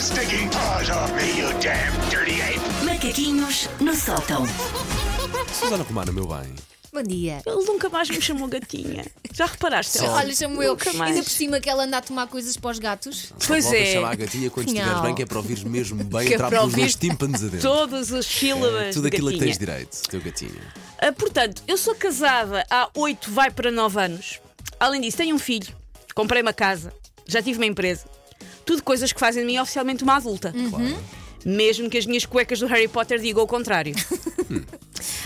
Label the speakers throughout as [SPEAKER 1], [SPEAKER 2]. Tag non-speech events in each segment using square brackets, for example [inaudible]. [SPEAKER 1] sticking paws off me, you damn dirty ape!
[SPEAKER 2] Macaquinhos no sótão.
[SPEAKER 3] Susana Romana, meu bem.
[SPEAKER 4] Bom dia.
[SPEAKER 5] Ele nunca mais me chamou gatinha. Já reparaste? Elsa?
[SPEAKER 4] Olha, chamo eu.
[SPEAKER 5] Nunca
[SPEAKER 4] Ainda por
[SPEAKER 5] mais.
[SPEAKER 4] cima que ela anda a tomar coisas para os gatos.
[SPEAKER 5] Pois
[SPEAKER 3] Volta a
[SPEAKER 5] é.
[SPEAKER 3] chamar a gatinha quando estiveres
[SPEAKER 4] Não.
[SPEAKER 3] bem, que é para ouvires mesmo
[SPEAKER 5] [laughs]
[SPEAKER 3] bem,
[SPEAKER 4] Que é
[SPEAKER 3] entrar
[SPEAKER 4] para
[SPEAKER 3] pelos meus
[SPEAKER 4] ouvir.
[SPEAKER 3] tímpanos adentro.
[SPEAKER 5] Todas as sílabas.
[SPEAKER 3] Tudo
[SPEAKER 5] de
[SPEAKER 3] aquilo a que
[SPEAKER 5] gatinha.
[SPEAKER 3] tens direito, teu gatinho.
[SPEAKER 5] Ah, portanto, eu sou casada há 8, vai para 9 anos. Além disso, tenho um filho, comprei uma casa, já tive uma empresa. Tudo coisas que fazem de mim oficialmente uma adulta.
[SPEAKER 4] Hum.
[SPEAKER 3] Claro.
[SPEAKER 5] Mesmo que as minhas cuecas do Harry Potter digam o contrário.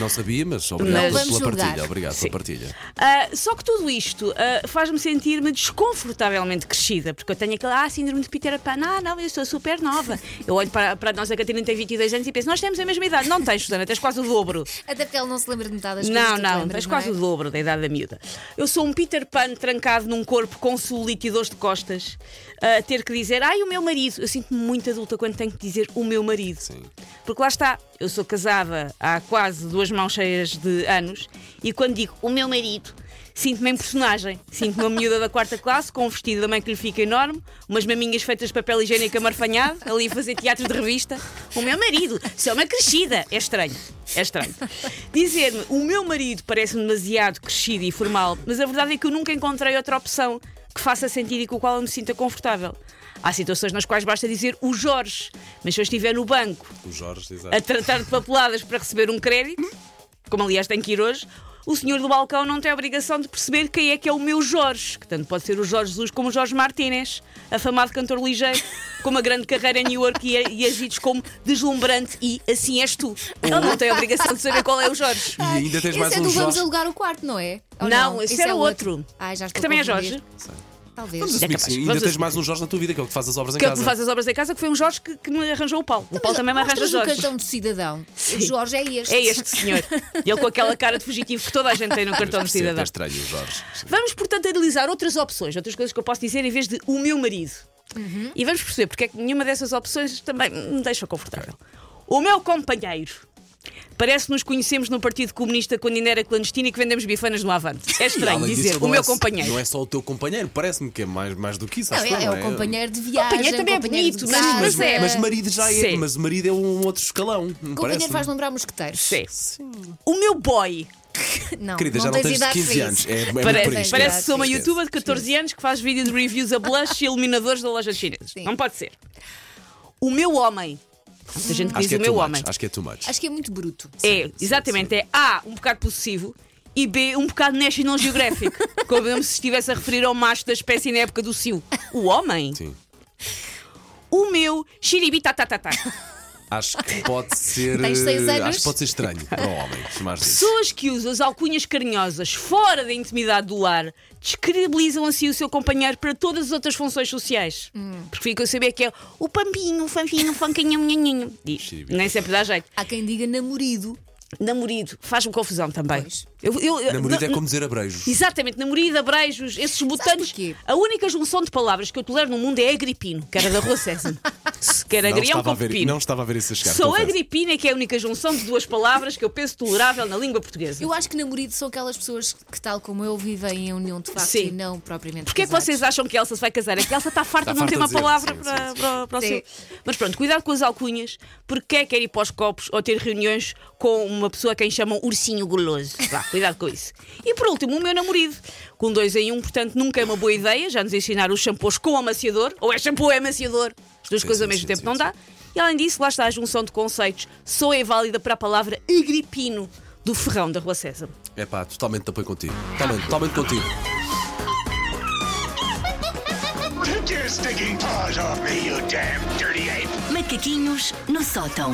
[SPEAKER 3] Não sabia, mas obrigado
[SPEAKER 5] Mas-
[SPEAKER 3] pela
[SPEAKER 4] Vamos julgar.
[SPEAKER 3] partilha. Obrigado pela
[SPEAKER 5] Sim.
[SPEAKER 3] partilha.
[SPEAKER 5] Ah, só que tudo isto ah, faz-me sentir-me desconfortavelmente crescida, porque eu tenho aquela ah, síndrome de Peter Pan, ah, não, eu sou super nova. Eu olho para, para a nossa Catarina que tem 22 anos e penso, nós temos a mesma idade. Não tens, Susana, tens quase o dobro.
[SPEAKER 4] Até porque ela não se lembra de metade das coisas.
[SPEAKER 5] Não,
[SPEAKER 4] que tu
[SPEAKER 5] não,
[SPEAKER 4] lembras,
[SPEAKER 5] tens quase
[SPEAKER 4] é?
[SPEAKER 5] o dobro da idade da miúda. Eu sou um Peter Pan trancado num corpo com solito e dores de costas, a ter que dizer, ai, o meu marido. Eu sinto-me muito adulta quando tenho que dizer o meu marido.
[SPEAKER 3] Sim.
[SPEAKER 5] Porque lá está, eu sou casada há quase duas mãos cheias de anos e quando digo o meu marido. Sinto-me em personagem. Sinto-me uma miúda da quarta classe com um vestido da mãe que lhe fica enorme, umas maminhas feitas de papel higiênico amarfanhado, ali a fazer teatro de revista. O meu marido, sou uma crescida. É estranho. É estranho. Dizer-me o meu marido parece-me demasiado crescido e formal, mas a verdade é que eu nunca encontrei outra opção que faça sentido e com a qual eu me sinta confortável. Há situações nas quais basta dizer o Jorge, mas se eu estiver no banco
[SPEAKER 3] O Jorge, "Ah, exato.
[SPEAKER 5] a tratar de papeladas para receber um crédito, como aliás tem que ir hoje, o senhor do balcão não tem a obrigação de perceber quem é que é o meu Jorge, que tanto pode ser o Jorge Jesus como o Jorge Martínez, afamado cantor ligeiro, com uma grande carreira em New York e, e agidos como deslumbrante e assim és tu. Ele não tem a obrigação de saber qual é o Jorge.
[SPEAKER 3] E ainda tens
[SPEAKER 4] Esse
[SPEAKER 3] mais
[SPEAKER 4] é
[SPEAKER 3] um
[SPEAKER 4] do vamos
[SPEAKER 3] Jorge.
[SPEAKER 4] alugar o quarto, não é? Ou
[SPEAKER 5] Não, esse era
[SPEAKER 4] é
[SPEAKER 5] outro.
[SPEAKER 4] Ah, já estou
[SPEAKER 5] Que também
[SPEAKER 4] a
[SPEAKER 5] é
[SPEAKER 4] confundir.
[SPEAKER 5] Jorge.
[SPEAKER 3] Vamos
[SPEAKER 4] Talvez.
[SPEAKER 3] assumir que
[SPEAKER 5] capaz.
[SPEAKER 3] sim.
[SPEAKER 5] Vamos
[SPEAKER 3] Ainda tens
[SPEAKER 5] assumir.
[SPEAKER 3] mais um Jorge na tua vida, que é o que faz as obras em
[SPEAKER 5] Que é o que
[SPEAKER 3] casa.
[SPEAKER 5] faz as obras da casa, que foi um Jorge que, que me arranjou o Paulo. O Paulo também me arranja
[SPEAKER 4] Mostras o
[SPEAKER 5] Jorge.
[SPEAKER 4] cartão de cidadão. O Jorge é este.
[SPEAKER 5] É este senhor. E ele com aquela cara de fugitivo que toda a gente tem no cartão de
[SPEAKER 3] Sim, até
[SPEAKER 5] cidadão.
[SPEAKER 3] é estranho, o Jorge. Sim.
[SPEAKER 5] Vamos, portanto, analisar outras opções, outras coisas que eu posso dizer em vez de o meu marido.
[SPEAKER 3] Uhum.
[SPEAKER 5] E vamos perceber porque é que nenhuma dessas opções também me deixa confortável. O meu companheiro. Parece que nos conhecemos no Partido Comunista quando ainda era clandestino e que vendemos bifanas no Avante. É estranho
[SPEAKER 3] Além
[SPEAKER 5] dizer
[SPEAKER 3] disso,
[SPEAKER 5] o
[SPEAKER 3] não
[SPEAKER 5] meu
[SPEAKER 3] é-
[SPEAKER 5] companheiro.
[SPEAKER 3] Não é só o teu companheiro, parece-me que é mais, mais do que isso.
[SPEAKER 4] Não,
[SPEAKER 3] acho
[SPEAKER 4] é,
[SPEAKER 3] eu,
[SPEAKER 4] é
[SPEAKER 3] não
[SPEAKER 4] o companheiro de viagem.
[SPEAKER 5] Companheiro também é
[SPEAKER 4] companheiro de
[SPEAKER 5] bonito,
[SPEAKER 3] Sim,
[SPEAKER 4] casa.
[SPEAKER 3] mas,
[SPEAKER 5] Mas é-
[SPEAKER 3] mas marido já é,
[SPEAKER 5] Sim.
[SPEAKER 3] mas marido é um outro escalão.
[SPEAKER 4] Companheiro
[SPEAKER 3] parece-me.
[SPEAKER 4] faz lembrar mosqueteiros.
[SPEAKER 5] Sim. O meu boy.
[SPEAKER 4] Não,
[SPEAKER 3] Querida,
[SPEAKER 4] não
[SPEAKER 3] já não
[SPEAKER 4] tens
[SPEAKER 3] tens
[SPEAKER 4] idade
[SPEAKER 3] 15
[SPEAKER 4] para
[SPEAKER 3] anos.
[SPEAKER 4] isso.
[SPEAKER 3] É, é muito
[SPEAKER 5] parece
[SPEAKER 3] por isto,
[SPEAKER 5] parece
[SPEAKER 3] esquece,
[SPEAKER 5] que sou uma
[SPEAKER 3] esquece.
[SPEAKER 5] youtuber de 14 anos que faz vídeo de reviews a blush e iluminadores da loja chinesa.
[SPEAKER 4] Sim.
[SPEAKER 5] Não pode ser. O meu homem. Muita gente que
[SPEAKER 3] Acho
[SPEAKER 5] diz
[SPEAKER 3] que é
[SPEAKER 5] o meu
[SPEAKER 3] too much,
[SPEAKER 5] homem.
[SPEAKER 3] Acho que é too much.
[SPEAKER 4] Acho que é muito bruto.
[SPEAKER 5] É, exatamente. É A, um bocado possessivo. E B, um bocado National
[SPEAKER 3] [laughs]
[SPEAKER 5] Geographic. como se estivesse a referir ao macho da espécie na época do Sil. O homem?
[SPEAKER 3] Sim.
[SPEAKER 5] O meu tá,
[SPEAKER 3] [laughs]
[SPEAKER 5] xiribitatatatá.
[SPEAKER 3] Acho
[SPEAKER 5] [laughs]
[SPEAKER 3] que pode ser.
[SPEAKER 4] Tens seis
[SPEAKER 3] eh,
[SPEAKER 4] anos?
[SPEAKER 3] Acho que pode ser estranho para o homem. Chamar disso.
[SPEAKER 5] Pessoas que usam as alcunhas carinhosas fora da intimidade do lar descredibilizam assim o seu companheiro para todas as outras funções sociais.
[SPEAKER 3] Hum.
[SPEAKER 5] Porque ficam a saber que é o pampinho, o fanfinho, o fanquinho, o nhanhinho. Diz.
[SPEAKER 3] Xiribita.
[SPEAKER 5] Nem sempre dá jeito.
[SPEAKER 4] Há quem diga namorido.
[SPEAKER 5] Namorido, faz-me confusão também.
[SPEAKER 4] Pois.
[SPEAKER 5] Eu- eu- eu-
[SPEAKER 3] Namorado é
[SPEAKER 5] na-
[SPEAKER 3] como dizer abrejos.
[SPEAKER 5] Exatamente, namorida, brejos, esses botões.
[SPEAKER 4] porquê?
[SPEAKER 5] A única junção de palavras que eu tolero no mundo é agripino, que era da rua César. que era
[SPEAKER 3] Não
[SPEAKER 5] é agrião
[SPEAKER 3] estava,
[SPEAKER 5] com
[SPEAKER 3] a ver,
[SPEAKER 5] pepino.
[SPEAKER 3] não estava a ver isso a chegar.
[SPEAKER 5] Só
[SPEAKER 3] confesso.
[SPEAKER 5] agripino é que é a única junção de duas palavras que eu penso tolerável na língua portuguesa.
[SPEAKER 4] Eu acho que namorido são aquelas pessoas que, tal como eu, vivem em união de facto
[SPEAKER 5] Sim.
[SPEAKER 4] e não propriamente.
[SPEAKER 5] Porquê é que
[SPEAKER 4] casados.
[SPEAKER 5] vocês acham que a Elsa se vai casar? É que a Elsa está farta
[SPEAKER 3] Está
[SPEAKER 5] de não
[SPEAKER 3] farta
[SPEAKER 5] ter
[SPEAKER 3] de
[SPEAKER 5] uma
[SPEAKER 3] dizer,
[SPEAKER 5] palavra
[SPEAKER 3] sim,
[SPEAKER 5] para,
[SPEAKER 3] sim,
[SPEAKER 5] para, para o
[SPEAKER 4] Sim.
[SPEAKER 5] seu. Mas pronto, cuidado com as alcunhas, porque quem quer ir para os copos ou ter reuniões com uma pessoa a quem chamam ursinho guloso. Vá, cuidado com isso. E por último, o meu namorido. Com dois em um, portanto, nunca é uma boa ideia. Já nos ensinaram os shampoos com amaciador, ou é shampoo ou é amaciador. As duas
[SPEAKER 3] Sim,
[SPEAKER 5] coisas
[SPEAKER 3] sim,
[SPEAKER 5] ao mesmo
[SPEAKER 3] sim,
[SPEAKER 5] tempo
[SPEAKER 3] sim,
[SPEAKER 5] não
[SPEAKER 3] sim.
[SPEAKER 5] dá. E além disso, lá está a junção de conceitos. Só é válida para a palavra agripino do ferrão da Rua César.
[SPEAKER 3] É pá, totalmente de apoio contigo.
[SPEAKER 5] Ah.
[SPEAKER 3] Totalmente, totalmente contigo.
[SPEAKER 1] Take your sticking paws off me, you damn dirty ape!
[SPEAKER 2] Macaquinhos no sótão.